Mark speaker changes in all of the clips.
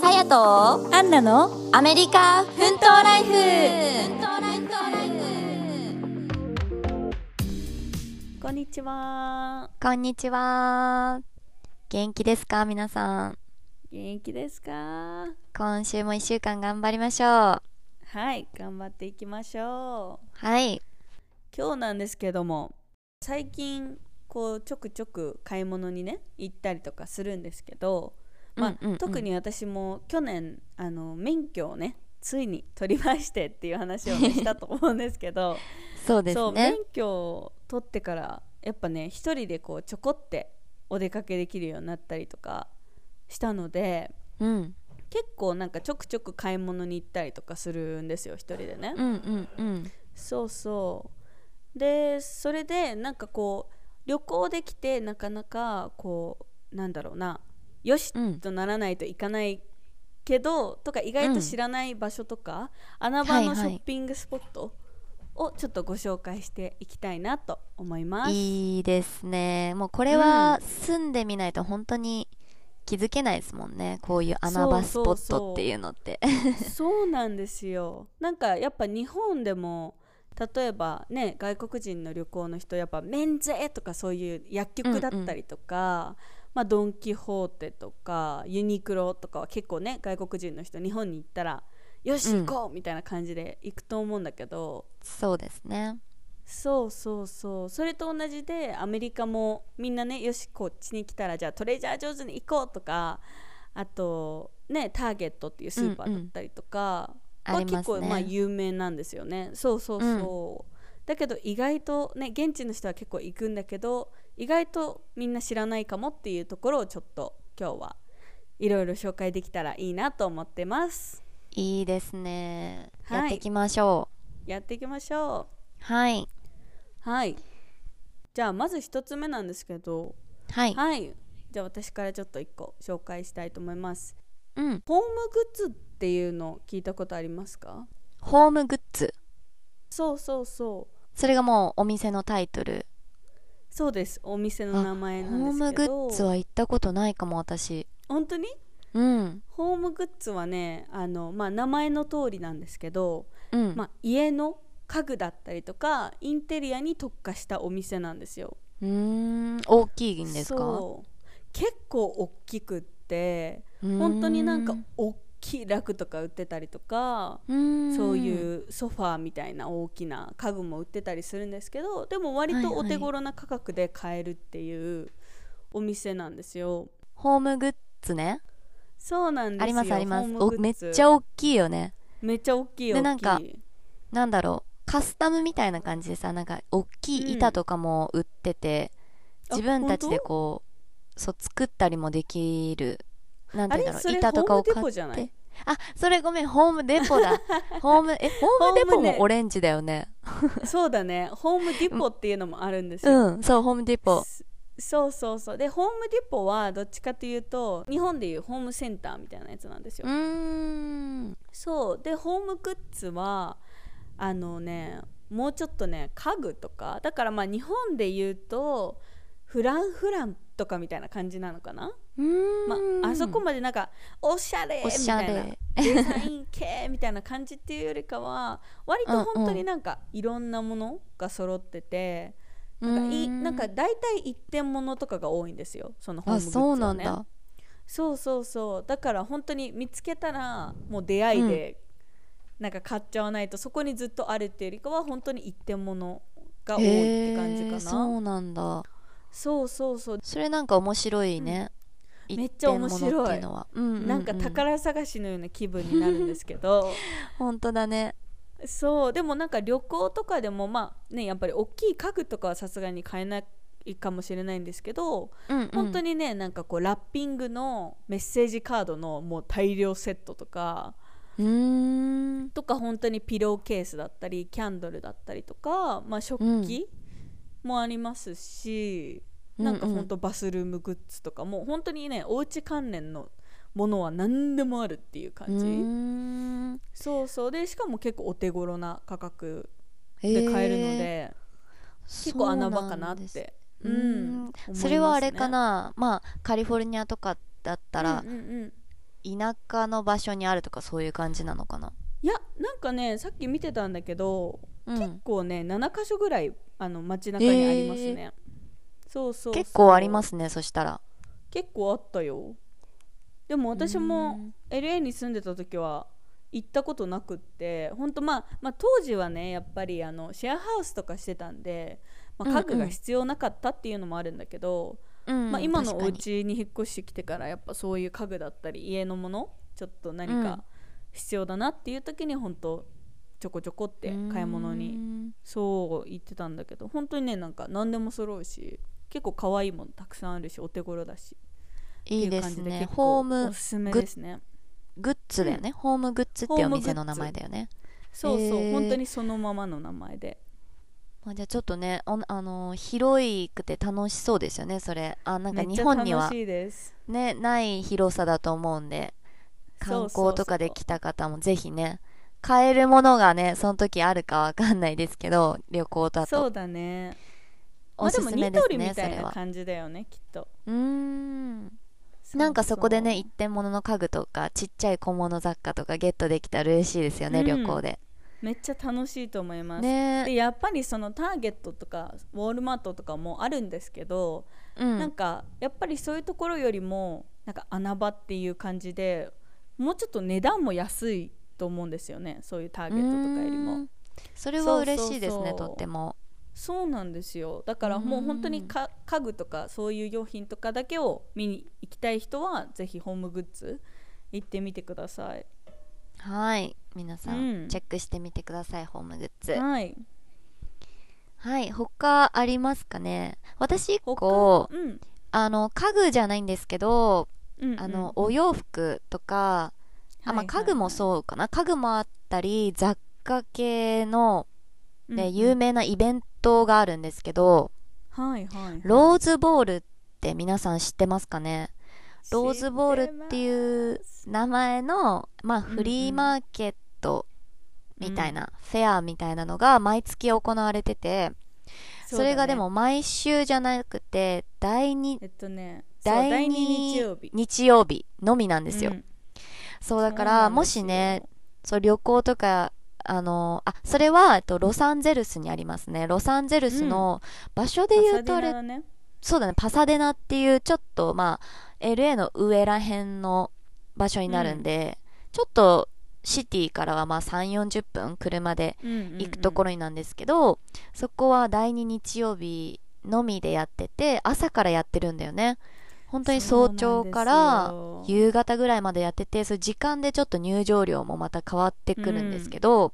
Speaker 1: さやと
Speaker 2: アンナの
Speaker 1: アメリカ奮闘ライフ
Speaker 2: こんにちは
Speaker 1: こんにちは元気ですか皆さん
Speaker 2: 元気ですか
Speaker 1: 今週も一週間頑張りましょう
Speaker 2: はい頑張っていきましょう
Speaker 1: はい
Speaker 2: 今日なんですけども最近こうちょくちょく買い物にね行ったりとかするんですけどまあ、
Speaker 1: うんうんうん
Speaker 2: 特に私も去年あの免許をねついに取りましてっていう話をねしたと思うんですけど
Speaker 1: そう で
Speaker 2: そ
Speaker 1: す
Speaker 2: う免
Speaker 1: ね
Speaker 2: 許を取ってからやっぱね一人でこうちょこってお出かけできるようになったりとかしたので
Speaker 1: うん
Speaker 2: 結構なんかちょくちょく買い物に行ったりとかするんですよ一人でね、
Speaker 1: うんうんうん
Speaker 2: そうそうでそれでなんかこう旅行できてなかなかこうなんだろうなよし
Speaker 1: うん
Speaker 2: とならないといかないけど、とか意外と知らない場所とか、穴場の
Speaker 1: はい
Speaker 2: シ
Speaker 1: は
Speaker 2: ョ
Speaker 1: い
Speaker 2: ッピングスポットをちょっとご紹介していきたいなと思います。
Speaker 1: いいですねもうこれは住んでみないと本当に気づけないですもんねこういう穴場ス
Speaker 2: そ
Speaker 1: ポ
Speaker 2: うそうそう
Speaker 1: ットっていうのって
Speaker 2: そうなんですよなんかやっぱ日本でも例えばね外国人の旅行の人やっぱメンゼとかそういう薬局だったりとか、まあ、ドン・キホーテとかユニクロとかは結構ね外国人の人日本に行ったらよし
Speaker 1: うん
Speaker 2: 行こうみたいな感じで行くと思うんだけど、
Speaker 1: そうですね
Speaker 2: そうそうそうそれと同じでアメリカもみんなねよしこっちに来たらじゃあトレジャー上手に行こうとかあとねターゲットっていうスーパーだったりとか
Speaker 1: うんうん
Speaker 2: は
Speaker 1: ありま
Speaker 2: 結
Speaker 1: すね
Speaker 2: 構まあ有名なんですよねそうそうそう、だけど意外とね現地の人は結構行くんだけど意外とみんな知らないかもっていうところをちょっと今日はいろいろ紹介できたらいいなと思ってます
Speaker 1: いいですね、
Speaker 2: はい
Speaker 1: やっていきましょ
Speaker 2: やっていきましょ
Speaker 1: うはい、
Speaker 2: うはいじゃあまず一つ目なんですけど
Speaker 1: はい、
Speaker 2: はい。じゃあ私からちょっと一個紹介したいと思います。
Speaker 1: うん
Speaker 2: ホームグッズっていうの聞いたことありますか？
Speaker 1: ホームグッズ
Speaker 2: そうそうそう。
Speaker 1: それがもうお店のタイトル
Speaker 2: そうです。お店の
Speaker 1: あ
Speaker 2: 名前な
Speaker 1: ホー
Speaker 2: んで
Speaker 1: ム
Speaker 2: す
Speaker 1: グ
Speaker 2: けど。
Speaker 1: ッズは行ったことないかも私
Speaker 2: 本当に？
Speaker 1: うん
Speaker 2: ホームグッズはね、あのまあ名前の通りなんですけど、
Speaker 1: うん、
Speaker 2: まあ家の家具だったりとかインテリアに特化したお店なんですよ。
Speaker 1: うーん大きいんですか
Speaker 2: そう。結構大きくって、
Speaker 1: うーん
Speaker 2: 本当になんか大きいラクとか売ってたりとか。
Speaker 1: うーん
Speaker 2: そういうソファーみたいな大きな家具も売ってたりするんですけどでも割とお手頃な価格で買えるっていうお店なんですよ。
Speaker 1: ホームグッズね
Speaker 2: そうなんですよ
Speaker 1: ありますあります
Speaker 2: ホー
Speaker 1: お
Speaker 2: ムグッズ
Speaker 1: めっちゃ大きいよね
Speaker 2: めっちゃ大きい大きい
Speaker 1: でなんかなんだろうカスタムみたいな感じでさなんか大きい板とかも売ってて、
Speaker 2: うん
Speaker 1: 自分たち
Speaker 2: あ本
Speaker 1: で
Speaker 2: 当
Speaker 1: こうそう作ったりもできるなん
Speaker 2: あ
Speaker 1: て言うんだ
Speaker 2: れ
Speaker 1: ろ
Speaker 2: そうれ
Speaker 1: 板とかを
Speaker 2: ホー
Speaker 1: 買
Speaker 2: ムデ
Speaker 1: っ
Speaker 2: ポ
Speaker 1: て
Speaker 2: じゃない
Speaker 1: あそれごめんホームデポ だホームえホームデポ
Speaker 2: ホームね
Speaker 1: もオレンジだよね
Speaker 2: そうだねホームディポっていうのもあるんですよ。
Speaker 1: うんそうホームデポ
Speaker 2: そうそうそうでホームディポはどっちかというと日本でいうホームセンターみたいなやつなんですよ
Speaker 1: うー。ん
Speaker 2: そうでホームグッズはあのねもうちょっとね家具とかだからまあ日本で言うとフランフランとかみたいな感じなのかな、
Speaker 1: うーん
Speaker 2: まあ、あそこまでなんかおしゃれ
Speaker 1: お
Speaker 2: み
Speaker 1: しゃ
Speaker 2: たいな
Speaker 1: れ
Speaker 2: デザイン系みたいな感じっていうよりかは割と本当になんかいろんなものが揃ってて、なんかいいう
Speaker 1: ー
Speaker 2: なんか大体一点物とかが多いんですよそのホーム
Speaker 1: あ
Speaker 2: グッズ
Speaker 1: そうな
Speaker 2: は
Speaker 1: ん
Speaker 2: ね。
Speaker 1: だ
Speaker 2: そうそうそうだから本当に見つけたらもう出会いでなんか買っちゃわないと、そこにずっとあるっていうよりかは本当に一点物が多いって感じか
Speaker 1: へ
Speaker 2: な、
Speaker 1: ーそうなんだ
Speaker 2: そうそうそう
Speaker 1: それなんか面白いね、
Speaker 2: うん
Speaker 1: 一
Speaker 2: めっちゃ面白い
Speaker 1: 点物っていうのは、うんうう
Speaker 2: なんか宝探しのような気分になるんですけど
Speaker 1: 本当だね
Speaker 2: そうでもなんか旅行とかでもまあねやっぱり大きい家具とかはさすがに買えないかもしれないんですけど
Speaker 1: うん、うん、
Speaker 2: 本当にね、なんかこうラッピングのメッセージカードのもう大量セットとか
Speaker 1: うーん
Speaker 2: とか本当にピローケースだったりキャンドルだったりとか、まあ、食器もありますし、
Speaker 1: うん
Speaker 2: なんか本当バスルームグッズとかもう本当にねお家関連のものは何でもあるっていう
Speaker 1: う
Speaker 2: 感じ、
Speaker 1: ーん
Speaker 2: そうそうでしかも結構お手頃な価格で買えるので、
Speaker 1: へー
Speaker 2: 結構穴場
Speaker 1: そ
Speaker 2: かなっ
Speaker 1: うなんです
Speaker 2: て
Speaker 1: う
Speaker 2: うんん
Speaker 1: それはあれか
Speaker 2: っ
Speaker 1: なまあカリフォर्ニアとかだったら、
Speaker 2: うんうんうん
Speaker 1: 田舎の場所にあるとかそういう感じなのかな、
Speaker 2: いやなんかねさっき見てたんだけど、
Speaker 1: うん
Speaker 2: 結構ね7か所ぐらいあの街中にありますね、そうそうそう
Speaker 1: 結構ありますすねそしたら
Speaker 2: 結構あったよでも私
Speaker 1: う
Speaker 2: も
Speaker 1: ん
Speaker 2: LA に住んでた時は行ったことなくって本当まあまあ当時はねやっぱりあのシェアハウスとかしてたんで、まあ、家具
Speaker 1: うんう
Speaker 2: が
Speaker 1: ん
Speaker 2: 必要なかったっていうのもあるんだけど、
Speaker 1: うん
Speaker 2: まあ、今のお
Speaker 1: 確かに
Speaker 2: 家に引っ越してきてからやっぱそういう家具だったり家のものちょっと何
Speaker 1: うん
Speaker 2: か必要だなっていう時に本当ちょこちょこって買い物
Speaker 1: う
Speaker 2: に
Speaker 1: ん
Speaker 2: そう言ってたんだけど本当にねなんか何でも揃うし結構可愛いものたくさんあるしお手頃だし
Speaker 1: いい
Speaker 2: ってい
Speaker 1: で
Speaker 2: う感
Speaker 1: す
Speaker 2: じで
Speaker 1: ね
Speaker 2: 結
Speaker 1: ホ
Speaker 2: 構
Speaker 1: ーム
Speaker 2: おすすめですね
Speaker 1: グッズだよね、ホームグッズってお店の名前だよね、
Speaker 2: そうそう、
Speaker 1: へー
Speaker 2: 本当にそのままの名前で
Speaker 1: まあ、じゃあちょっとねおあのー広くて楽しそうですよねそれあなんか
Speaker 2: めっ
Speaker 1: 日
Speaker 2: ちゃ
Speaker 1: 本に
Speaker 2: 楽
Speaker 1: は
Speaker 2: しいです
Speaker 1: ねない広さだと思うんで観光とかで
Speaker 2: そう
Speaker 1: 来た方もぜひね買えるものがねその時あるかわかんないですけど旅行
Speaker 2: そう
Speaker 1: だ
Speaker 2: そうそ
Speaker 1: と
Speaker 2: うだねま
Speaker 1: お
Speaker 2: あですも
Speaker 1: す
Speaker 2: ニ
Speaker 1: めで
Speaker 2: ト
Speaker 1: す
Speaker 2: リみ
Speaker 1: ねそ
Speaker 2: たい
Speaker 1: れ
Speaker 2: な
Speaker 1: は
Speaker 2: 感じだよねきっと
Speaker 1: うーんなんかそこでね
Speaker 2: そう
Speaker 1: 一点物の家具とかちっちゃい小物雑貨とかゲットできたら嬉しいですよね、
Speaker 2: うん
Speaker 1: 旅行で
Speaker 2: めっちゃ楽しいと思います、で
Speaker 1: ね
Speaker 2: やっぱりそのターゲットとかウォールマートとかもあるんですけど、
Speaker 1: う
Speaker 2: なん
Speaker 1: ん
Speaker 2: かやっぱりそういうところよりもなんか穴場っていう感じでもうちょっと値段も安いと思うんですよねそういうターゲットとかより
Speaker 1: うー
Speaker 2: も
Speaker 1: んそれは嬉しいですね
Speaker 2: そうそうそう
Speaker 1: とっても
Speaker 2: そうなんですよだからもう本当にか家具とかそういう用品とかだけを見に行きたい人はぜひホームグッズ行ってみてください
Speaker 1: はい皆さん、
Speaker 2: うん
Speaker 1: チェックしてみてくださいホームグッズ
Speaker 2: はい
Speaker 1: はい他ありますかね私一個
Speaker 2: うん
Speaker 1: あの家具じゃないんですけど
Speaker 2: うんうん
Speaker 1: あのお洋服とか、あまあ、家具もそうかな、家具もあったり雑貨系の、
Speaker 2: う
Speaker 1: ね有名なイベントがあるんですけど
Speaker 2: はいはい
Speaker 1: ローズボールって皆さん知ってますかねローズボールって
Speaker 2: う
Speaker 1: いう名前の、まあ、
Speaker 2: うん
Speaker 1: フリーマーケットみたいな、フェアみたいなのが毎月行われててそ,、れがでも毎週じゃなくて第2
Speaker 2: えっとねそう
Speaker 1: 第
Speaker 2: 第
Speaker 1: 二
Speaker 2: 2日曜日
Speaker 1: 日曜日のみなんですよ、
Speaker 2: うん
Speaker 1: そうだか
Speaker 2: そうな
Speaker 1: ら
Speaker 2: ん
Speaker 1: もしねそう旅行とかあのあそれは、えっと、ロサンゼルスにありますねロサンゼルスの場所で
Speaker 2: ですよ
Speaker 1: 言うとあれ、
Speaker 2: パサデナだね
Speaker 1: そうだねパサデナっていうちょっとまあ LA の上らへんの場所になるんで、ちょっとシティからはまあ3 4 0分車で
Speaker 2: うんうんうん
Speaker 1: 行くところになんですけど、そこは第2日曜日のみでやってて朝からやってるんだよね本当に早朝から
Speaker 2: そうなんですよ
Speaker 1: 夕方ぐらいまでやっててそれ時間でちょっと入場料もまた変わってくるんですけど、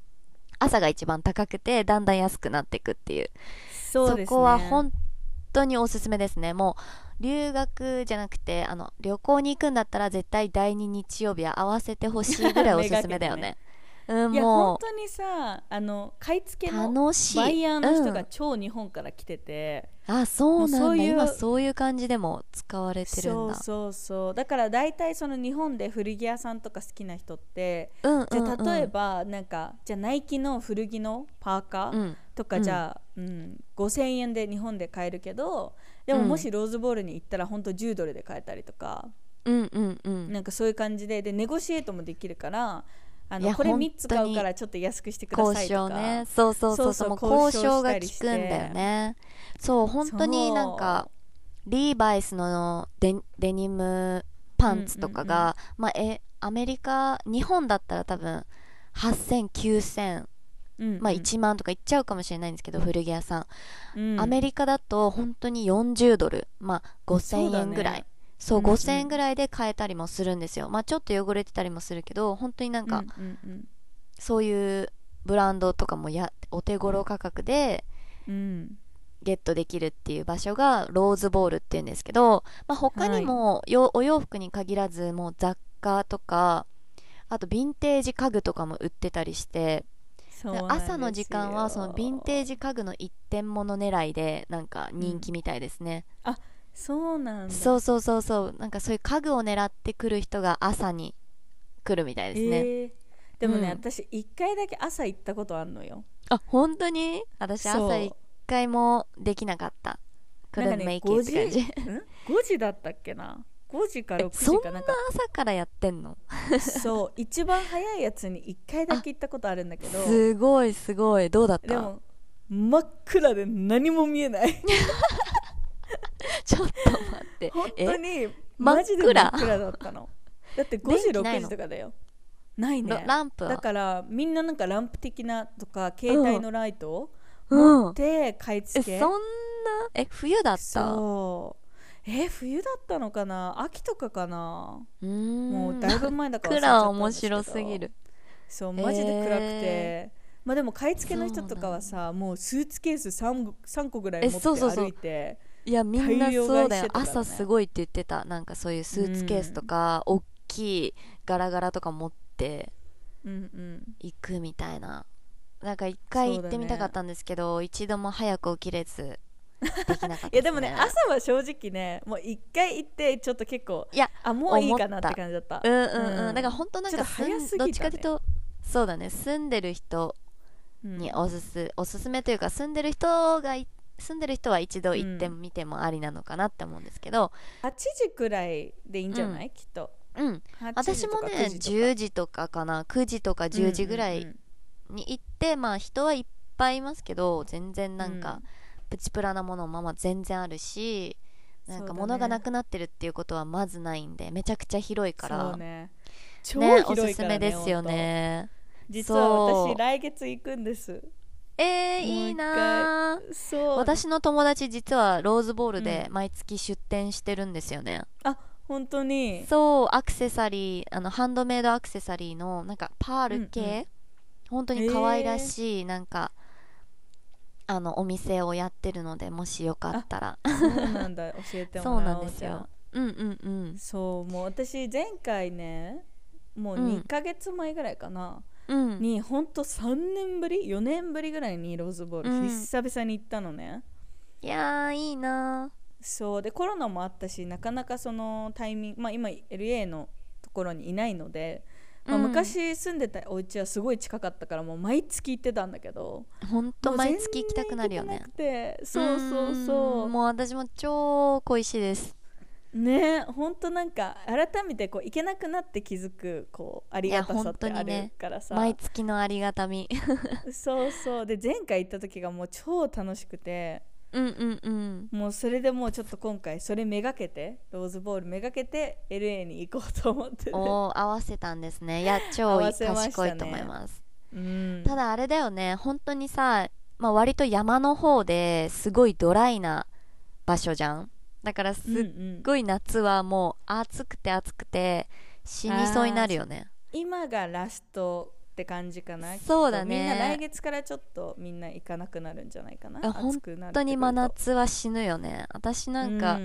Speaker 1: 朝が一番高くてだんだん安くなっていくっていう
Speaker 2: そうですね
Speaker 1: こは本当におすすめですねもう留学じゃなくてあの旅行に行くんだったら絶対第2日曜日は合わせてほしいぐらいおすすめだよねうん
Speaker 2: いや
Speaker 1: も
Speaker 2: 本当にさあの買い付
Speaker 1: う
Speaker 2: けの
Speaker 1: 楽しい
Speaker 2: バイヤーの人が
Speaker 1: うん
Speaker 2: 超日本から来てて、
Speaker 1: あそうなんだ
Speaker 2: もうそういう
Speaker 1: 今そういう感じでも使われてるん
Speaker 2: そう
Speaker 1: だ
Speaker 2: そうそうだから大体その日本で古着屋さんとか好きな人って
Speaker 1: うんうん
Speaker 2: じゃあ
Speaker 1: うん
Speaker 2: 例えばなんか、じゃあナイキの古着のパーカー、
Speaker 1: うん
Speaker 2: とかじゃあ、うん5,000円で日本で買えるけどでも
Speaker 1: うん
Speaker 2: もしローズボールに行ったら本当10ドルで買えたりとか、
Speaker 1: うんうんうん
Speaker 2: なんかそういう感じででネゴシエートもできるからあ
Speaker 1: い
Speaker 2: の
Speaker 1: や
Speaker 2: これ
Speaker 1: 本当に
Speaker 2: 3つ買うからちょっと安くしてくださ
Speaker 1: 交
Speaker 2: い
Speaker 1: 渉
Speaker 2: とか、
Speaker 1: ねそうそうそうそう
Speaker 2: そうそう
Speaker 1: もう交
Speaker 2: 交渉
Speaker 1: 渉が
Speaker 2: した
Speaker 1: 効
Speaker 2: りして
Speaker 1: くんだよねそう本当になんかリーバイスのデデニムパンツとかが、まあ、えアメリカ日本だったら多分80009000、
Speaker 2: うんうん
Speaker 1: まあ、1万とかいっちゃうかもしれないんですけど、古着屋さん、
Speaker 2: うん
Speaker 1: アメリカだと本当に40ドル、まあ、
Speaker 2: そう
Speaker 1: 5000
Speaker 2: だ
Speaker 1: 円
Speaker 2: ね
Speaker 1: ぐらいそう,、
Speaker 2: うんうん
Speaker 1: 5000円ぐらいで買えたりもするんですよ、まあ、ちょっと汚れてたりもするけど本当になんか、
Speaker 2: うんうん
Speaker 1: そういうブランドとかもやお手頃価格で
Speaker 2: うんうん
Speaker 1: ゲットできるっていう場所がローズボールっていうんですけど、まあ、他にもよお洋服に限らずもう雑貨とかあとヴィンテージ家具とかも売ってたりして
Speaker 2: そう
Speaker 1: で
Speaker 2: なんですよ
Speaker 1: 朝の時間はそのヴィンテージ家具の一点物狙いでなんか人気みたいですね、
Speaker 2: そうなんだ
Speaker 1: そうそうそうそうなんかそういう家具を狙ってくる人が朝に来るみたいですね、
Speaker 2: えーでもね、
Speaker 1: うん
Speaker 2: 私1回だけ朝行ったことあんのよ
Speaker 1: あ本当に私
Speaker 2: そう
Speaker 1: 朝一回もできなかった
Speaker 2: なん
Speaker 1: 車
Speaker 2: か
Speaker 1: メ
Speaker 2: ね
Speaker 1: イキって感じ、
Speaker 2: 5時ん5時だったっけな5時か
Speaker 1: え
Speaker 2: 6
Speaker 1: そん
Speaker 2: 時か
Speaker 1: な
Speaker 2: な
Speaker 1: ん
Speaker 2: か
Speaker 1: 朝からやってんの
Speaker 2: そう一番早いやつに1回だけ行ったことあるんだけど
Speaker 1: すごいすごいどうだった
Speaker 2: でも真っ暗で何も見えない
Speaker 1: ちょっと待って
Speaker 2: 本当
Speaker 1: え
Speaker 2: に
Speaker 1: 真っ暗
Speaker 2: マジで真っ暗だったのだって5時
Speaker 1: 電気ない
Speaker 2: 6
Speaker 1: の
Speaker 2: 時とかだよないね
Speaker 1: ラランプは
Speaker 2: だからみんななんかランプ的なとか携帯のライトを
Speaker 1: うん
Speaker 2: で買い
Speaker 1: え
Speaker 2: 付け、
Speaker 1: そんなえ冬だったう
Speaker 2: そうえ冬だったのかな秋とかかな
Speaker 1: ーん
Speaker 2: もうだいぶ前だから忘れちゃ
Speaker 1: 暗
Speaker 2: った
Speaker 1: は
Speaker 2: んで
Speaker 1: 面
Speaker 2: すけど
Speaker 1: 白すぎる
Speaker 2: そうマジで暗くて、
Speaker 1: え
Speaker 2: まあでも買い付けの人とかはさもうスーツケース 3, 3個ぐらい
Speaker 1: え
Speaker 2: 持って
Speaker 1: そうそうそう
Speaker 2: 歩いて
Speaker 1: いやみんな
Speaker 2: 大量
Speaker 1: そうだ
Speaker 2: 買いし
Speaker 1: よ
Speaker 2: てたからね
Speaker 1: 朝すごいって言ってたなんかそういうスーツケースとか、大きいガラガラとか持って
Speaker 2: うんうん、
Speaker 1: 行くみたいななんか一回行ってみたかったんですけど、一度も早く起きれずできなかったです、ね
Speaker 2: いやでもね朝は正直ねもう一回行ってちょっと結構
Speaker 1: いや
Speaker 2: あもういいか
Speaker 1: 思
Speaker 2: なっ
Speaker 1: った
Speaker 2: て感じだった
Speaker 1: うんうんうん、だから
Speaker 2: ら
Speaker 1: 本当なん
Speaker 2: ちょ
Speaker 1: か
Speaker 2: っと
Speaker 1: 住
Speaker 2: 早
Speaker 1: んど
Speaker 2: すぎた
Speaker 1: っ
Speaker 2: ね
Speaker 1: ちかというとそうだね住んでる人におすす,、おすすめというか住んでる人がい住んでる人は一度行ってみてもありなのかなって思うんですけど、
Speaker 2: 8時くらいでいいんじゃない、きっと
Speaker 1: うん
Speaker 2: 8時
Speaker 1: 私
Speaker 2: と
Speaker 1: も
Speaker 2: か
Speaker 1: ね
Speaker 2: 9時
Speaker 1: 10時と
Speaker 2: とか
Speaker 1: かかな9時とか10時ぐら
Speaker 2: うんう
Speaker 1: い
Speaker 2: んうん
Speaker 1: に行って、まあ人はいっぱいいますけど全然なんか、
Speaker 2: うん
Speaker 1: プチプラなものもまあ全然あるしなん
Speaker 2: そ
Speaker 1: か
Speaker 2: うだね
Speaker 1: 物がなくなってるっていうことはまずないんでめちゃくちゃ広いから
Speaker 2: そう
Speaker 1: ね
Speaker 2: ね超広いから、
Speaker 1: お
Speaker 2: ね
Speaker 1: すすめですよね
Speaker 2: 本当実は
Speaker 1: そう
Speaker 2: 私来月行くんです
Speaker 1: えー、いいなー
Speaker 2: そう
Speaker 1: 私の友達実はローズボールで毎月出店してるんですよね、
Speaker 2: あ本当に
Speaker 1: そうアクセサリーあのハンドメイドアクセサリーのなんかパール系、
Speaker 2: うんうん
Speaker 1: 本当に可愛らしい、なんかあのお店をやってるのでもしよかったら
Speaker 2: そうなんだ教えてもら
Speaker 1: そ
Speaker 2: お
Speaker 1: う
Speaker 2: う
Speaker 1: なんです
Speaker 2: じゃ
Speaker 1: ようんうんうん
Speaker 2: あそうもう私前回ねもう
Speaker 1: うん
Speaker 2: 2ヶ月前ぐらいかな、
Speaker 1: うん
Speaker 2: にほんと3年ぶり4年ぶりぐらいにローズボール、
Speaker 1: うん
Speaker 2: 久々に行ったのね
Speaker 1: いやーいいな
Speaker 2: そうでコロナもあったしなかなかそのタイミングまあ今 LA のところにいないので、まあ
Speaker 1: うん
Speaker 2: 昔住んでたお家はすごい近かったからもう毎月行ってたんだけど
Speaker 1: ーほんと毎月行きたくなるよね
Speaker 2: もう全然行けてなくてそうそうそ
Speaker 1: んもう私も超恋しいです
Speaker 2: うね本当なんか改めてこう行けなくなって気づくこうありがた
Speaker 1: いや
Speaker 2: さって
Speaker 1: 本当
Speaker 2: あ
Speaker 1: にね
Speaker 2: るからさ、
Speaker 1: 毎月のありがた み
Speaker 2: そうそうで前回行った時がもう超楽しくて
Speaker 1: うんうん うん
Speaker 2: もうそれでもうちょっと今回それめがけてローズボールめがけて LA に行こうと思ってて、
Speaker 1: おー合わせたんですねいや超
Speaker 2: 合
Speaker 1: いい
Speaker 2: わせましたね
Speaker 1: 賢いと思います
Speaker 2: うん、
Speaker 1: ただあれだよね本当にさ、まあ、割と山の方ですごいドライな場所じゃんだからす
Speaker 2: うんう
Speaker 1: っ
Speaker 2: ん、
Speaker 1: ごい夏はもう暑くて暑くて死にそうになるよね
Speaker 2: 今がラストって感じかな
Speaker 1: そうだね
Speaker 2: きっとみんな来月からちょっとみんな行かなくなるんじゃないかな
Speaker 1: あ
Speaker 2: 暑く
Speaker 1: 本
Speaker 2: なる
Speaker 1: 当に真夏は死ぬよね私なんか、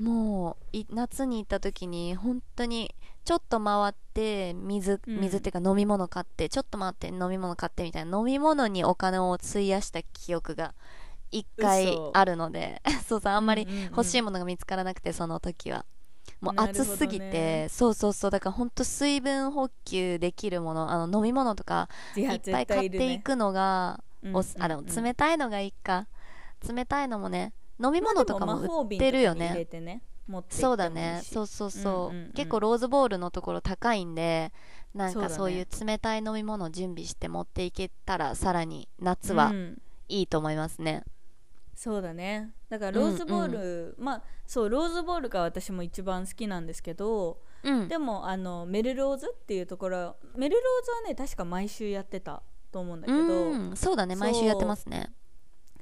Speaker 1: もうい夏に行った時に本当にちょっと回って水
Speaker 2: うん
Speaker 1: 水っていうか飲み物買って、ちょっと回って飲み物買ってみたいな飲み物にお金を費やした記憶が一回
Speaker 2: 嘘
Speaker 1: あるので そうそうあんまり
Speaker 2: うんうんうん
Speaker 1: 欲しいものが見つからなくてその時はもう
Speaker 2: なるほ
Speaker 1: 暑
Speaker 2: どね
Speaker 1: すぎて、そうそうそうだから本当水分補給できるものあの飲み物とか
Speaker 2: い
Speaker 1: いっぱい買っていくのがおすあの冷
Speaker 2: て
Speaker 1: たいのがいいか冷たいのもね飲み物とかも売ってるよね、
Speaker 2: 入れてね持って行っても
Speaker 1: そうだ
Speaker 2: いいし
Speaker 1: ねそうそうそう,、
Speaker 2: うんうんうん
Speaker 1: 結構ローズボールのところ高いんでなん
Speaker 2: そう
Speaker 1: か
Speaker 2: だね
Speaker 1: そういう冷たい飲み物を準備して持っていけたらさらに夏
Speaker 2: う
Speaker 1: は
Speaker 2: ん
Speaker 1: いいと思いますね、
Speaker 2: そうだねだからローズボール、まあそうローズボールが私も一番好きなんですけど、
Speaker 1: うん
Speaker 2: でもあのメルローズっていうところメルローズはね確か毎週やってたと思うんだけど、
Speaker 1: うんそうだね
Speaker 2: そう
Speaker 1: 毎週やってますね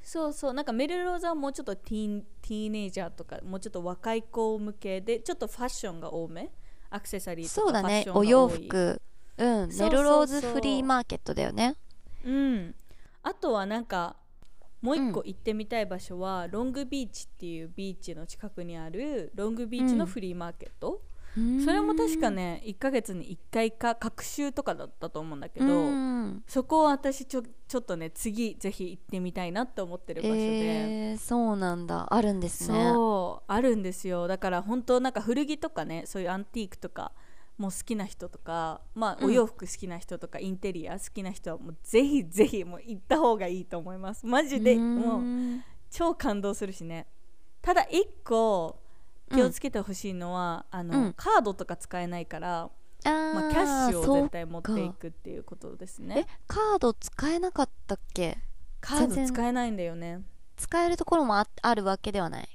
Speaker 2: そうそうなんかメルローズはもうちょっとティーンティーネイジャーとかもうちょっと若い子向けでちょっとファッションが多めアクセサリーと
Speaker 1: そう
Speaker 2: か
Speaker 1: だ
Speaker 2: ファッ
Speaker 1: ね
Speaker 2: ションが多
Speaker 1: お
Speaker 2: い
Speaker 1: 洋服うん
Speaker 2: そうそうそう
Speaker 1: メルローズフリーマーケットだよね
Speaker 2: うんあとはなんかもう一個行ってみたい場所は、ロングビーチっていうビーチの近くにあるロングビーチのフリーマーケット、それも確かね1ヶ月に1回か隔週とかだったと思うんだけ
Speaker 1: う
Speaker 2: ど、
Speaker 1: ん
Speaker 2: そこは私ちょちょっとね次ぜひ行ってみたいなって思ってる場所で。
Speaker 1: えー、そうなんだあるんですね
Speaker 2: そうあるんですよだから本当なんか古着とかねそういうアンティークとかもう好きな人とか、まあ、
Speaker 1: うん
Speaker 2: お洋服好きな人とか、インテリア好きな人はもうぜひぜひもう行った方がいいと思いますマジで
Speaker 1: ーん
Speaker 2: もう超感動するしねただ一個気をつけてほしいのは、あの
Speaker 1: うん
Speaker 2: カードとか使えないから、
Speaker 1: あー、
Speaker 2: まあ、キャッシュを
Speaker 1: そう
Speaker 2: 絶対持っていくっていうことです
Speaker 1: え
Speaker 2: ね
Speaker 1: カード使えなかったっけ
Speaker 2: カー
Speaker 1: 全然
Speaker 2: ド使えないんだよね
Speaker 1: 使えるところもああるわけではない、
Speaker 2: う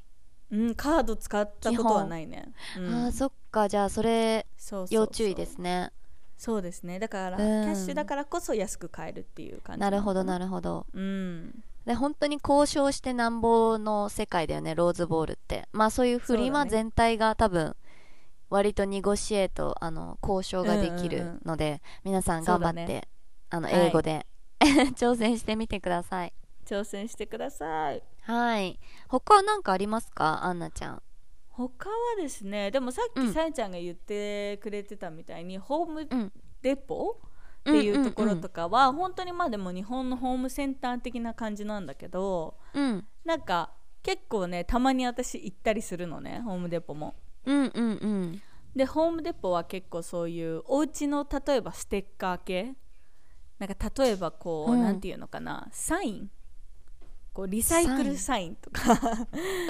Speaker 2: んカード使ったことはないね、うん
Speaker 1: あーそっかじゃあそれ
Speaker 2: そうそうそう
Speaker 1: 要注意ですね
Speaker 2: そうですねだから、
Speaker 1: うん
Speaker 2: キャッシュだからこそ安く買えるっていう感じ
Speaker 1: なるほど
Speaker 2: な
Speaker 1: なるほど
Speaker 2: うん
Speaker 1: で本当に交渉してなんぼの世界だよねローズボールってまあそういうフリ
Speaker 2: そうだ
Speaker 1: マ
Speaker 2: ね
Speaker 1: 全体が多分割とニゴシエートあの交渉ができるので、皆さん頑張って、
Speaker 2: そうだ
Speaker 1: あの
Speaker 2: はい
Speaker 1: 英語で、 挑戦してみてください
Speaker 2: 挑戦してください
Speaker 1: はい他なんかありますかアンナちゃん
Speaker 2: 他はですねでもさっ
Speaker 1: う
Speaker 2: き
Speaker 1: ん
Speaker 2: さやちゃんが言ってくれてたみたいに、ホーム
Speaker 1: うん
Speaker 2: デポっていうところとかは、本当にまあでも日本のホームセンター的な感じなんだけど
Speaker 1: うん
Speaker 2: なんか結構ねたまに私行ったりするのねホームデポも。
Speaker 1: うんうんうん
Speaker 2: でホームデポは結構そういうお家の例えばステッカー系なんか例えばこう、
Speaker 1: うん
Speaker 2: なんていうのかなサインこうリサイクルサインとか
Speaker 1: うん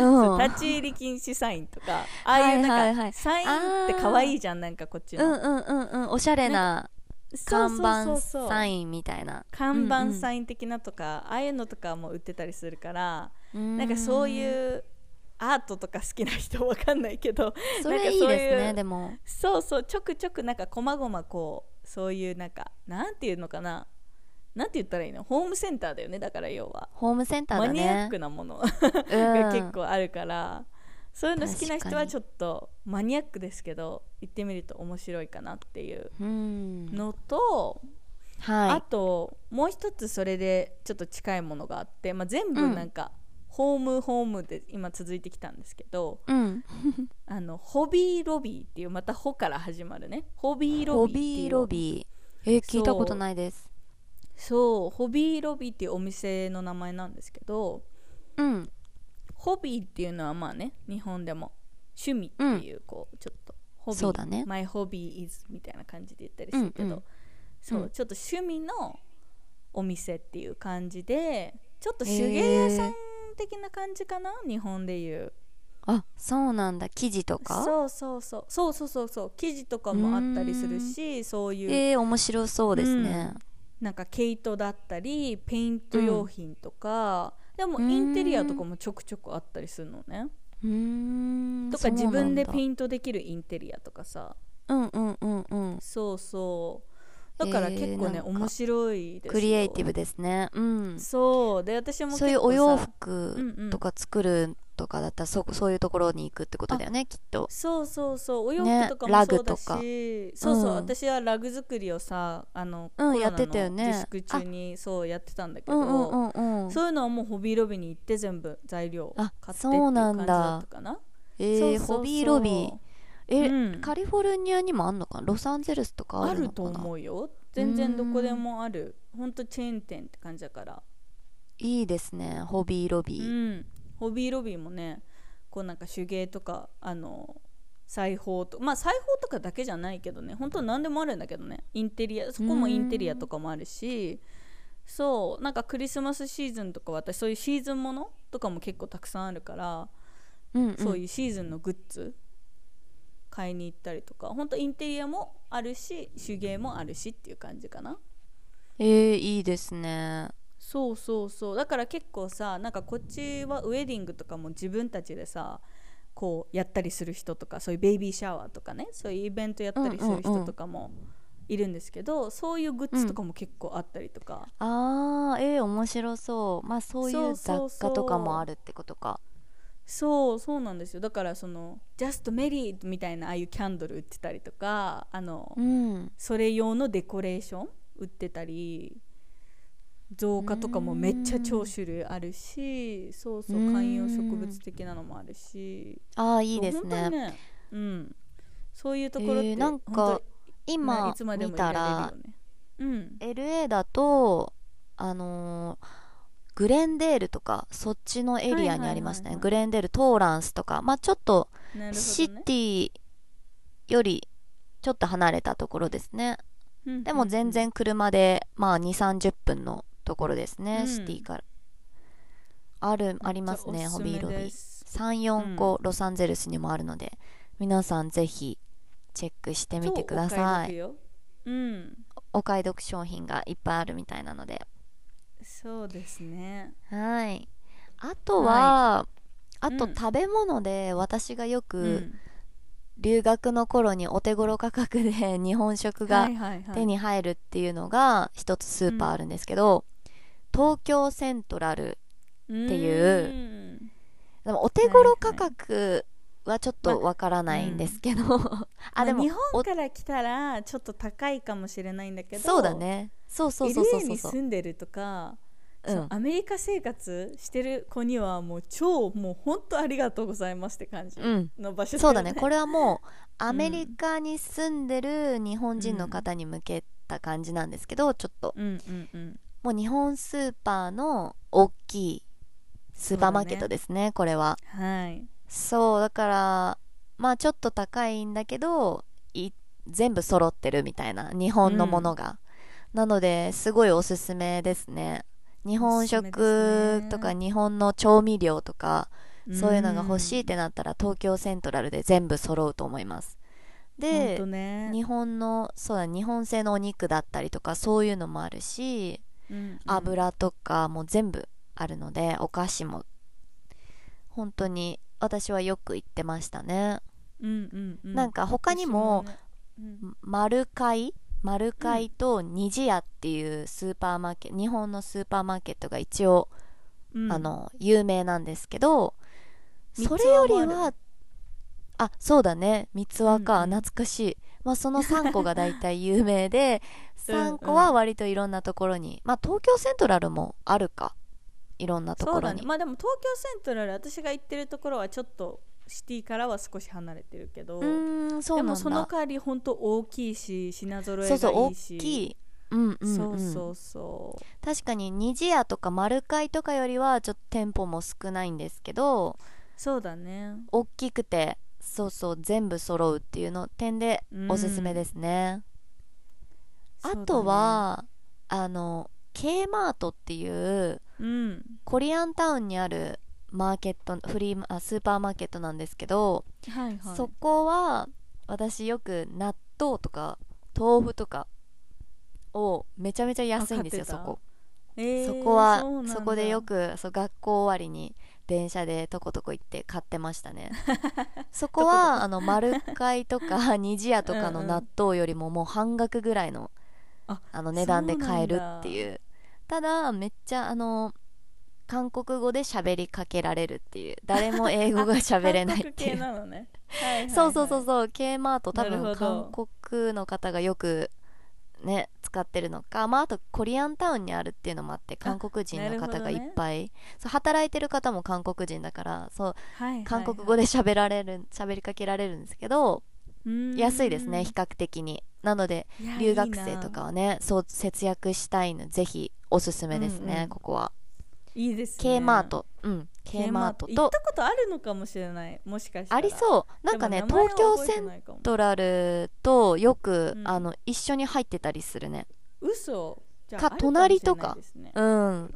Speaker 2: そう立ち入り禁止サインとかああいうなんか、
Speaker 1: はいはいはい
Speaker 2: サインって可愛いじゃんなんかこっち
Speaker 1: う
Speaker 2: の、
Speaker 1: んうんうんうんおしゃれな
Speaker 2: そ
Speaker 1: 看
Speaker 2: うそうそ
Speaker 1: 板
Speaker 2: うそう
Speaker 1: サインみたいな
Speaker 2: 看
Speaker 1: うんう
Speaker 2: 板
Speaker 1: ん
Speaker 2: サイン的なとか、ああいうのとかも売ってたりするから、
Speaker 1: な
Speaker 2: なんかそう
Speaker 1: う
Speaker 2: いうアートとか好きな人わかんないけど
Speaker 1: ーんそ
Speaker 2: なんか
Speaker 1: れい
Speaker 2: そ
Speaker 1: いう
Speaker 2: いう
Speaker 1: ですねでも
Speaker 2: そうそうちょくちょくなんかこまごまこうそういうなんかなんていうのかななんて言ったらいいのホームセンターだよねだから要は、
Speaker 1: ホームセンター
Speaker 2: マ
Speaker 1: だね
Speaker 2: ニアックなもの
Speaker 1: う
Speaker 2: が
Speaker 1: ん
Speaker 2: 結構あるからそういうの好きな
Speaker 1: 確
Speaker 2: 人
Speaker 1: か
Speaker 2: は
Speaker 1: に
Speaker 2: ちょっとマニアックですけど行ってみると面白いかなっていう
Speaker 1: うん
Speaker 2: のと、あ
Speaker 1: は
Speaker 2: ともう一つそれでちょっと近いものがあって、まあ、全部なんか、ホームホームで今続いてきたんですけど
Speaker 1: いうん
Speaker 2: あのホビーロビーっていうまた「ホ」から始まるねホビーロ
Speaker 1: ホ
Speaker 2: ビーって
Speaker 1: ビ
Speaker 2: い
Speaker 1: ー
Speaker 2: う
Speaker 1: ロビーえ聞いたことないです
Speaker 2: そうホビーロビーっていうお店の名前なんですけど
Speaker 1: うん
Speaker 2: ホビーっていうのはまあね日本でも趣味っていうこう、ちょっとホビー
Speaker 1: そうだね
Speaker 2: マイホビーイズみたいな感じで言ったりするけど、
Speaker 1: うんうん
Speaker 2: そう、
Speaker 1: うん
Speaker 2: ちょっと趣味のお店っていう感じでちょっと手芸屋さん的な感じかな、日本でいう
Speaker 1: あそうなんだ生地とか
Speaker 2: そうそうそうそうそうそうそう生地とかもあったりするしそういう
Speaker 1: えー、面白そうですね、
Speaker 2: なんか毛糸だったりペイント用品とか、でもインテリアとかもちょくちょくあったりするのね。
Speaker 1: うーん
Speaker 2: とか自分でペ
Speaker 1: ン
Speaker 2: イントできるインテリアとかさ
Speaker 1: うんうんうんうん
Speaker 2: そうそうだから
Speaker 1: えー
Speaker 2: 結構ね、
Speaker 1: なんか
Speaker 2: 面白いですよ
Speaker 1: クリエイティブですねうん
Speaker 2: そうで私も
Speaker 1: そういう
Speaker 2: 結構
Speaker 1: お
Speaker 2: さ
Speaker 1: 洋
Speaker 2: うんう
Speaker 1: 服
Speaker 2: ん
Speaker 1: とか作るとかだったら、そこそういうところに行くってことだよねきっと
Speaker 2: そうそうそうお洋
Speaker 1: ね
Speaker 2: 服とかもそうだ
Speaker 1: ラグとか
Speaker 2: し、そうそう、
Speaker 1: うん
Speaker 2: 私はラグ作りをさあの、
Speaker 1: うん
Speaker 2: コロナの
Speaker 1: やってたよね
Speaker 2: 自粛中にそうやってたんだけ
Speaker 1: う
Speaker 2: ど、
Speaker 1: んうんうんうん
Speaker 2: そういうのはもうホビーロビーに行って全部材料買
Speaker 1: あ
Speaker 2: ってってい
Speaker 1: そう
Speaker 2: う
Speaker 1: な
Speaker 2: 感
Speaker 1: んだ
Speaker 2: じだったかな
Speaker 1: え
Speaker 2: そうそう
Speaker 1: ー、
Speaker 2: そう
Speaker 1: ホビーロビーえ、
Speaker 2: うん
Speaker 1: カリフォルニアにもあんのかなロサンゼルスとか
Speaker 2: あ
Speaker 1: ある
Speaker 2: る
Speaker 1: の
Speaker 2: と
Speaker 1: かな
Speaker 2: 思うよ全然どこでもあるほんとチェーン店って感じだから
Speaker 1: いいですねホビーロビ
Speaker 2: う
Speaker 1: ー、
Speaker 2: んホビーロビーもねこうなんか手芸とかあの裁縫とまあ裁縫とかだけじゃないけどね本当何でもあるんだけどねインテリアそこもインテリアとかもあるしそうなんかクリスマスシーズンとか私そういうシーズンものとかも結構たくさんあるから
Speaker 1: うんうん
Speaker 2: そういうシーズンのグッズ買いに行ったりとか本当インテリアもあるし手芸もあるしっていう感じかな
Speaker 1: えー、いいですね
Speaker 2: そうそうそうだから結構さなんかこっちはウェディングとかも自分たちでさこうやったりする人とかそういうベイビーシャワーとかねそういうイベントやったりする
Speaker 1: うんうんう
Speaker 2: 人
Speaker 1: ん
Speaker 2: とかもいるんですけど、そういうグッズとかも結構あったりとか、
Speaker 1: あーえー、面白そうまあそういう
Speaker 2: そうそう
Speaker 1: 雑
Speaker 2: そう
Speaker 1: 貨とかもあるってことか
Speaker 2: そうそうなんですよだからその「Just Married」みたいなああいうキャンドル売ってたりとかあの、
Speaker 1: うん
Speaker 2: それ用のデコレーション売ってたり造花とかもめっちゃ超種類あるしそうそう
Speaker 1: うん
Speaker 2: 観葉植物的なのもあるし
Speaker 1: ああいいです
Speaker 2: そう本
Speaker 1: ね
Speaker 2: 当にね、うん、そういうところって、
Speaker 1: えーなんか
Speaker 2: 本当まあ
Speaker 1: 今
Speaker 2: いつまで
Speaker 1: 見
Speaker 2: もい
Speaker 1: た
Speaker 2: られる
Speaker 1: ら
Speaker 2: よね、うん、
Speaker 1: LA だとあのーグレンデールとかそっちのエリアにありますね、
Speaker 2: はいはいはいはい
Speaker 1: グレンデールトーランスとかまあちょっと
Speaker 2: なる
Speaker 1: シ
Speaker 2: ほどね
Speaker 1: ティよりちょっと離れたところですね
Speaker 2: うんうん
Speaker 1: でも全然車でまあ2 3 0分のところですね、
Speaker 2: うん
Speaker 1: シティからあるあります
Speaker 2: め
Speaker 1: ね
Speaker 2: っちゃ
Speaker 1: ホ
Speaker 2: おすすめ
Speaker 1: ビーロビ
Speaker 2: で
Speaker 1: ー
Speaker 2: す
Speaker 1: 34個ロサンゼルスにもあるので、皆さんぜひチェックしてみてください
Speaker 2: ようん
Speaker 1: お買い得商品がいっぱいあるみたいなので
Speaker 2: そうですね
Speaker 1: はいあとは、あと
Speaker 2: うん
Speaker 1: 食べ物で私がよ
Speaker 2: う
Speaker 1: く留学の頃にお手頃価格で日本食が
Speaker 2: はいはいはい
Speaker 1: 手に入るっていうのが一つスーパーあるんですけど、東京セントラルっていう
Speaker 2: うん
Speaker 1: でもお手頃価格はちょっとわからないんですけど、 あで
Speaker 2: ま
Speaker 1: も
Speaker 2: 日本から来たらちょっと高いかもしれないんだけ
Speaker 1: お
Speaker 2: ど
Speaker 1: そうだねそうそうそうそう
Speaker 2: LA
Speaker 1: そう
Speaker 2: に
Speaker 1: そう
Speaker 2: 住んでるとか
Speaker 1: う
Speaker 2: そ
Speaker 1: ん
Speaker 2: のアメリカ生活してる子にはもう超もう本当ありがとうございますって感じ
Speaker 1: うん
Speaker 2: の場所
Speaker 1: そうだねこ
Speaker 2: れ
Speaker 1: れはもうアメリカに住んでる日本人の方に向けた感じなんですけどちょっと
Speaker 2: うんうんうん
Speaker 1: もう日本スーパーの大きいスーパーマーケットですねこれは
Speaker 2: はい
Speaker 1: そうだからまあちょっと高いんだけどい全部揃ってるみたいな日本のものが、なのですごいおすすめですね日本食と
Speaker 2: おすすめです
Speaker 1: か日本の調味料とか、そういうのが欲しいっ
Speaker 2: い
Speaker 1: てなったら東京セントラルで全部揃うと思います
Speaker 2: 本
Speaker 1: で
Speaker 2: 当、ね
Speaker 1: 日本のそうだ日本製のお肉だったりとかそういうのもあるし
Speaker 2: うんうん
Speaker 1: 油とかも全部あるのでお菓子も本当に私はよく行ってましたね、
Speaker 2: うんうんう
Speaker 1: なんか他にも
Speaker 2: 私ね
Speaker 1: 丸買丸買と虹屋っていうスーパーマーケット、日本のスーパーマーケットが一応、
Speaker 2: うんうん
Speaker 1: あの有名なんですけど
Speaker 2: 三つ
Speaker 1: そ
Speaker 2: 輪
Speaker 1: れより
Speaker 2: もあ
Speaker 1: はあそうだね三つ輪か、
Speaker 2: うんうん
Speaker 1: 懐かしい、まあ、その3個が大体有名 で
Speaker 2: うんうん
Speaker 1: 3個は割といろんなところに、まあ東京セントラルもあるかいろんなと
Speaker 2: そ
Speaker 1: こ
Speaker 2: う
Speaker 1: ろ
Speaker 2: だ
Speaker 1: に
Speaker 2: ねまあでも東京セントラル私が行ってるところはちょっとシティからは少し離れてるけど
Speaker 1: うーんそう
Speaker 2: で
Speaker 1: なんだ
Speaker 2: もその代わり本当大きいし品揃え
Speaker 1: そうそう
Speaker 2: がい
Speaker 1: 大
Speaker 2: いし
Speaker 1: きいうんうん、うん、
Speaker 2: そうそうそう
Speaker 1: 確かに虹屋とか丸買とかよりはちょっと店舗も少ないんですけど
Speaker 2: そうだね
Speaker 1: 大きくてそうそう全部揃うっていうの点でおすすめですね、あと、は、あの K マートっていう
Speaker 2: そうだねうん、
Speaker 1: コリアンタウンにあるマーケットフリーあスーパーマーケットなんですけど、
Speaker 2: はいはい
Speaker 1: そこは私よく納豆とか豆腐とかをめちゃめちゃ安いんですよ
Speaker 2: あ
Speaker 1: そ
Speaker 2: 買ってた
Speaker 1: こ
Speaker 2: えー
Speaker 1: そこは
Speaker 2: うなんだ
Speaker 1: そこでよくそう学校終わりに電車でとことこ行って買ってました ねそこはあの丸買と か虹屋とかの
Speaker 2: うんうん
Speaker 1: 納豆よりももう半額ぐらいの
Speaker 2: あ
Speaker 1: あの値段で買える
Speaker 2: そうなんだ
Speaker 1: っていうただめっちゃあの韓国語で喋りかけられるっていう誰も英語が喋れないっていう
Speaker 2: 韓国系なの ね、はいはいはい
Speaker 1: そうそうそうそう K マート多
Speaker 2: なる
Speaker 1: 分
Speaker 2: ほ
Speaker 1: 韓
Speaker 2: ど
Speaker 1: 国の方がよくね使ってるのかまああとコリアンタウンにあるっていうのもあって韓国人の方がいっぱい、そう働いてる方も韓国人だからそう
Speaker 2: はいはいはい
Speaker 1: 韓国語で喋られる喋りかけられるんですけど
Speaker 2: うん
Speaker 1: 安いですね比較的になので
Speaker 2: いや
Speaker 1: 留学生
Speaker 2: いいな
Speaker 1: とかはねそう節約したいのぜひおすすめですね、
Speaker 2: うんうん
Speaker 1: ここはい
Speaker 2: いですね
Speaker 1: K マートうん K マート
Speaker 2: 行っ
Speaker 1: と
Speaker 2: たことあるのかもしれないもしかしたら
Speaker 1: ありそうなんかね東京セン
Speaker 2: ン
Speaker 1: セントラルとよく、
Speaker 2: うん
Speaker 1: あの一緒に入ってたりするね
Speaker 2: 嘘じゃあ
Speaker 1: か
Speaker 2: あるも
Speaker 1: 隣と
Speaker 2: しれ
Speaker 1: か
Speaker 2: ないですね
Speaker 1: うん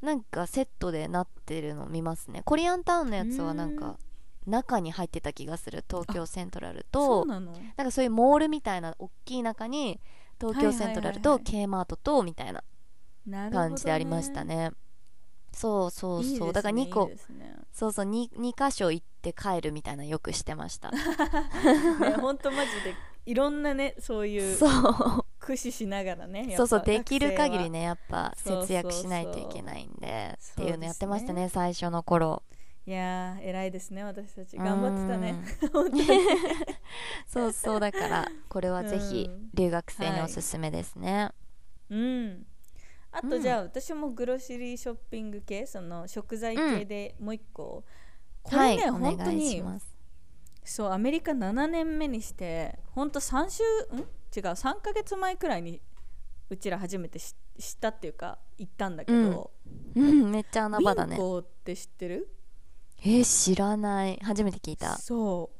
Speaker 1: なんかセットでなってるの見ますねコリアンタウンのやつはなんか中に入ってた気がする東京セントラル
Speaker 2: そ
Speaker 1: と
Speaker 2: うなの
Speaker 1: なんかそういうモールみたいな大きい中に東京セントラルと
Speaker 2: はいはいはいはい
Speaker 1: K マートとみたいな
Speaker 2: なるほどね
Speaker 1: 感じでありましたね,、そうそうそう
Speaker 2: いいですね
Speaker 1: だから2個
Speaker 2: いいです ね
Speaker 1: そうそう 2, 2箇所行って帰るみたいなよくしてました
Speaker 2: ね本当マジでいろんなねそういう
Speaker 1: そう
Speaker 2: 駆使しながらねやっぱ
Speaker 1: そうそうできる
Speaker 2: 学生は
Speaker 1: 限りねやっぱ
Speaker 2: そうそう
Speaker 1: 節
Speaker 2: そう
Speaker 1: 約しないといけないんでって
Speaker 2: そうですね
Speaker 1: いうのやってましたね最初の頃
Speaker 2: いやー偉いですね私たち頑張ってたね
Speaker 1: そうそうだからこれはぜひ
Speaker 2: うん
Speaker 1: 留学生におすすめですね、
Speaker 2: うんあ
Speaker 1: う
Speaker 2: と
Speaker 1: ん
Speaker 2: じゃあ、私もグロシリーショッピング系その食材系でもう一個、こ
Speaker 1: は
Speaker 2: れ
Speaker 1: い、
Speaker 2: ね、
Speaker 1: お
Speaker 2: 本当
Speaker 1: 願いし
Speaker 2: に
Speaker 1: ます
Speaker 2: そうアメリカ7年目にして本当3週ん違う3ヶ月前くらいにうちら初めてし知ったっていうか行ったんだけど、
Speaker 1: うんうんめっちゃ穴場だ
Speaker 2: ウィン
Speaker 1: ね
Speaker 2: コーって知ってる
Speaker 1: えー知らない初めて聞いた
Speaker 2: そ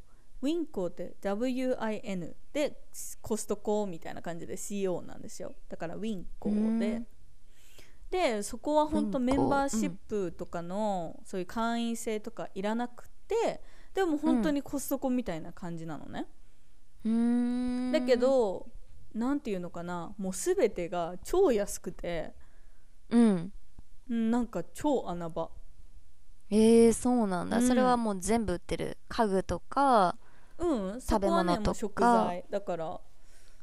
Speaker 2: うウィンコーって WIN でコストコみたいな感じで CO なんですよだからウィンコーで、
Speaker 1: うん
Speaker 2: でそこは本当メンバーシ
Speaker 1: う
Speaker 2: ッ
Speaker 1: ん
Speaker 2: プとかの、そういう会員制とかいらなくてでも本当にコストコみたいな感じなのね、
Speaker 1: うーん
Speaker 2: だけ、どなんていうのかなもう全てが超安くて
Speaker 1: うん、
Speaker 2: うんなんか超穴場
Speaker 1: えー、そうなんだ、
Speaker 2: うん
Speaker 1: それはもう全部売ってる家具とか
Speaker 2: うんそこはね
Speaker 1: 食べ物とか
Speaker 2: もう食材だから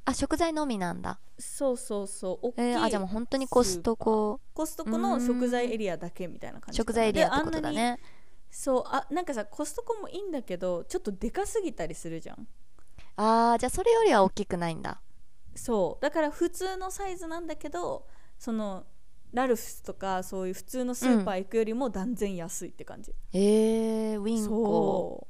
Speaker 1: あ食材のみなんだ
Speaker 2: そうそうそう大きい、
Speaker 1: えー、あじゃあもう本当にコストコ
Speaker 2: コストコの食材エリアだけみたいな感じか
Speaker 1: 食
Speaker 2: な
Speaker 1: 材エリアってこ
Speaker 2: で
Speaker 1: と
Speaker 2: あんな
Speaker 1: だ
Speaker 2: に
Speaker 1: ね
Speaker 2: そうあなんかさコストコもいいんだけどちょっとでかすぎたりするじゃん
Speaker 1: あーじゃあそれよりは大きくないんだ
Speaker 2: そうだから普通のサイズなんだけどそのラルフスとかそういう普通のスーパー行くよりも断然安いって感じ、
Speaker 1: えー、ウィンコ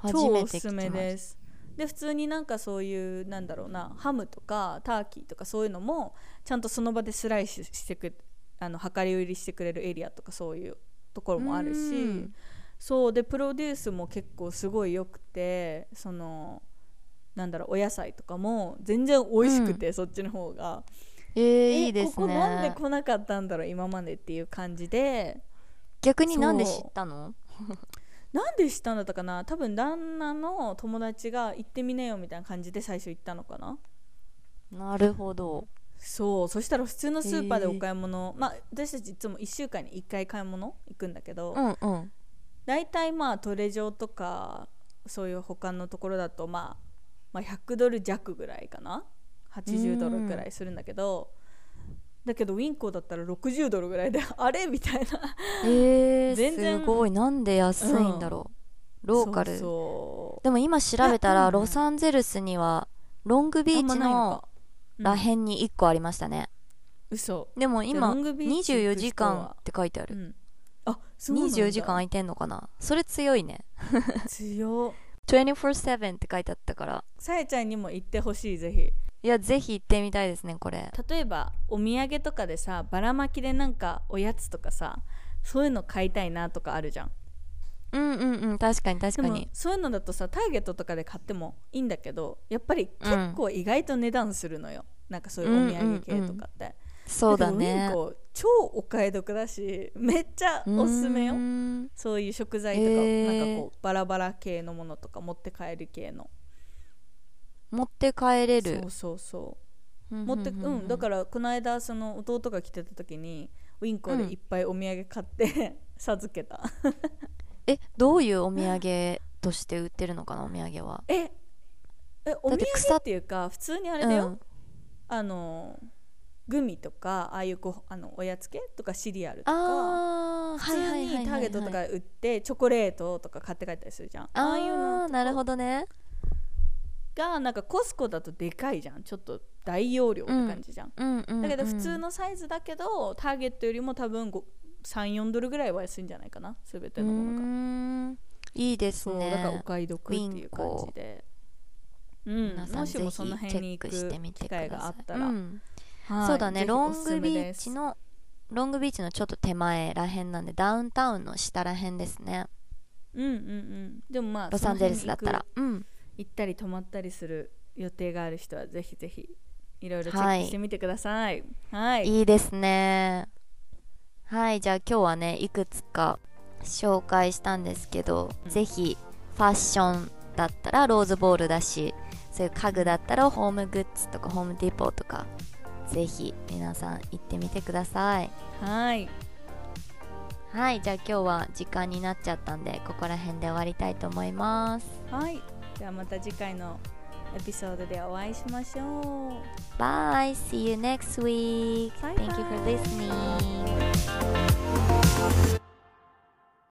Speaker 2: そう
Speaker 1: 初
Speaker 2: 超
Speaker 1: め
Speaker 2: お
Speaker 1: て
Speaker 2: す
Speaker 1: 聞き
Speaker 2: す
Speaker 1: ま
Speaker 2: め
Speaker 1: し
Speaker 2: ですで普通になんかそういうなんだろうなハムとかターキーとかそういうのもちゃんとその場でスライスしてくあの量り売りしてくれるエリアとかそういうところもある
Speaker 1: う
Speaker 2: し
Speaker 1: ん
Speaker 2: そうでプロデュースも結構すごい良くてそのなんだろうお野菜とかも全然美味しくて、そっちの方が
Speaker 1: えー、
Speaker 2: え
Speaker 1: いいですね
Speaker 2: ここなんで来なかったんだろう今までっていう感じで
Speaker 1: 逆になんで知
Speaker 2: そう
Speaker 1: ったの
Speaker 2: なんでしたんだったかな多分旦那の友達が行ってみなよみたいな感じで最初行ったのかな
Speaker 1: なるほど
Speaker 2: そうそしたら普通のスーパーで
Speaker 1: へー
Speaker 2: お買い物、まあ私たちいつも1週間に1回買い物行くんだけど、
Speaker 1: うんうん
Speaker 2: 大体まあトレジョとかそういう他のところだと、まあ、まあ100ドル弱ぐらいかな80ドルぐらいするんだけど、だけどウィンコだったら60ドルぐらいで あれみたいな
Speaker 1: えー、
Speaker 2: 全然
Speaker 1: すごいなんで安いんだろう、ローカル
Speaker 2: そうそう
Speaker 1: でも今調べた
Speaker 2: いや
Speaker 1: ら
Speaker 2: うん
Speaker 1: ロサンゼルスにはロングビー
Speaker 2: あ
Speaker 1: チ
Speaker 2: んまない
Speaker 1: の
Speaker 2: から
Speaker 1: へんに1個ありましたね、
Speaker 2: 嘘
Speaker 1: でも
Speaker 2: じゃあ
Speaker 1: 今
Speaker 2: ロングビーチ行
Speaker 1: 24
Speaker 2: く人は
Speaker 1: 時間って書いてある、
Speaker 2: ん、あそうなんだ
Speaker 1: 24時間空いてんのかなそれ強いね
Speaker 2: 強
Speaker 1: 24-7って書いてあったから
Speaker 2: さえちゃんにも行ってほしいぜひ
Speaker 1: いやぜひ行ってみたいですねこれ
Speaker 2: 例えばお土産とかでさばらまきでなんかおやつとかさそういうの買いたいなとかあるじゃん
Speaker 1: うんうんうん確かに確か
Speaker 2: でも
Speaker 1: に
Speaker 2: そういうのだとさターゲットとかで買ってもいいんだけどやっぱり結構意外と値段するのよ、なんかそういうお土産系とかって、
Speaker 1: そうだ
Speaker 2: け
Speaker 1: ね
Speaker 2: どウィンコ超お買い得だしめっちゃおすすめよ
Speaker 1: うーん
Speaker 2: そういう食材とか、
Speaker 1: へー
Speaker 2: なんかこうバラバラ系のものとか持って帰る系の
Speaker 1: 持って帰れる
Speaker 2: そうそうそう
Speaker 1: うん
Speaker 2: 持って
Speaker 1: うん
Speaker 2: く
Speaker 1: う
Speaker 2: うんんだからこの間その弟が来てた時にウィンコでいっぱいお土産買って、 授けた
Speaker 1: えどういうお土産として売ってるのかなお土産は
Speaker 2: ええお
Speaker 1: だっ
Speaker 2: 土産
Speaker 1: て草
Speaker 2: っていうか普通にあれだよ、あのグミとかああいうこうあのおやつ系とかシリアルとか
Speaker 1: ああ
Speaker 2: 普
Speaker 1: はいは
Speaker 2: 通
Speaker 1: いはいはい、は
Speaker 2: に
Speaker 1: い、
Speaker 2: ターゲットとか売ってチョコレートとか買って帰ったりするじゃんああいう
Speaker 1: あ
Speaker 2: の
Speaker 1: あなるほどね
Speaker 2: がなんかコスコだとでかいじゃんちょっと大容量って感じじゃん、
Speaker 1: うんうん、うん、
Speaker 2: だけど普通のサイズだけど、ターゲットよりも多分34ドルぐらいは安いんじゃないかな全てのものが
Speaker 1: うーんいいです
Speaker 2: そう、だからお
Speaker 1: ね
Speaker 2: 買い得っていう感じで。うん
Speaker 1: 皆、さん
Speaker 2: もしも
Speaker 1: ぜひ
Speaker 2: その辺に行
Speaker 1: チェックして
Speaker 2: く
Speaker 1: みて
Speaker 2: 機
Speaker 1: ください
Speaker 2: 会があったら、
Speaker 1: うん
Speaker 2: はい
Speaker 1: そうだね
Speaker 2: ぜひ
Speaker 1: ロ
Speaker 2: お
Speaker 1: ン
Speaker 2: すす
Speaker 1: グ
Speaker 2: め
Speaker 1: ビ
Speaker 2: で
Speaker 1: ー
Speaker 2: す
Speaker 1: チのロングビーチのちょっと手前らへんなんでダウンタウンの下らへんですね
Speaker 2: うんうんうんでもまあ
Speaker 1: ロサンゼルスだったらうん
Speaker 2: その辺に行く行ったり泊まったりする予定がある人はぜひぜひいろいろチェ
Speaker 1: はい
Speaker 2: ックしてみてくださいはい、
Speaker 1: いいですねはいじゃあ今日はねいくつか紹介したんですけど、
Speaker 2: うん
Speaker 1: ぜひファッションだったらローズボールだしそういう家具だったらホームグッズとかホームディポとかぜひ皆さん行ってみてください
Speaker 2: はい
Speaker 1: はいじゃあ今日は時間になっちゃったんでここら辺で終わりたいと思います
Speaker 2: はいではまた次回のエピソードでお会いしましょう
Speaker 1: Bye see you next week
Speaker 2: Bye
Speaker 1: thank you for
Speaker 2: bye.
Speaker 1: listening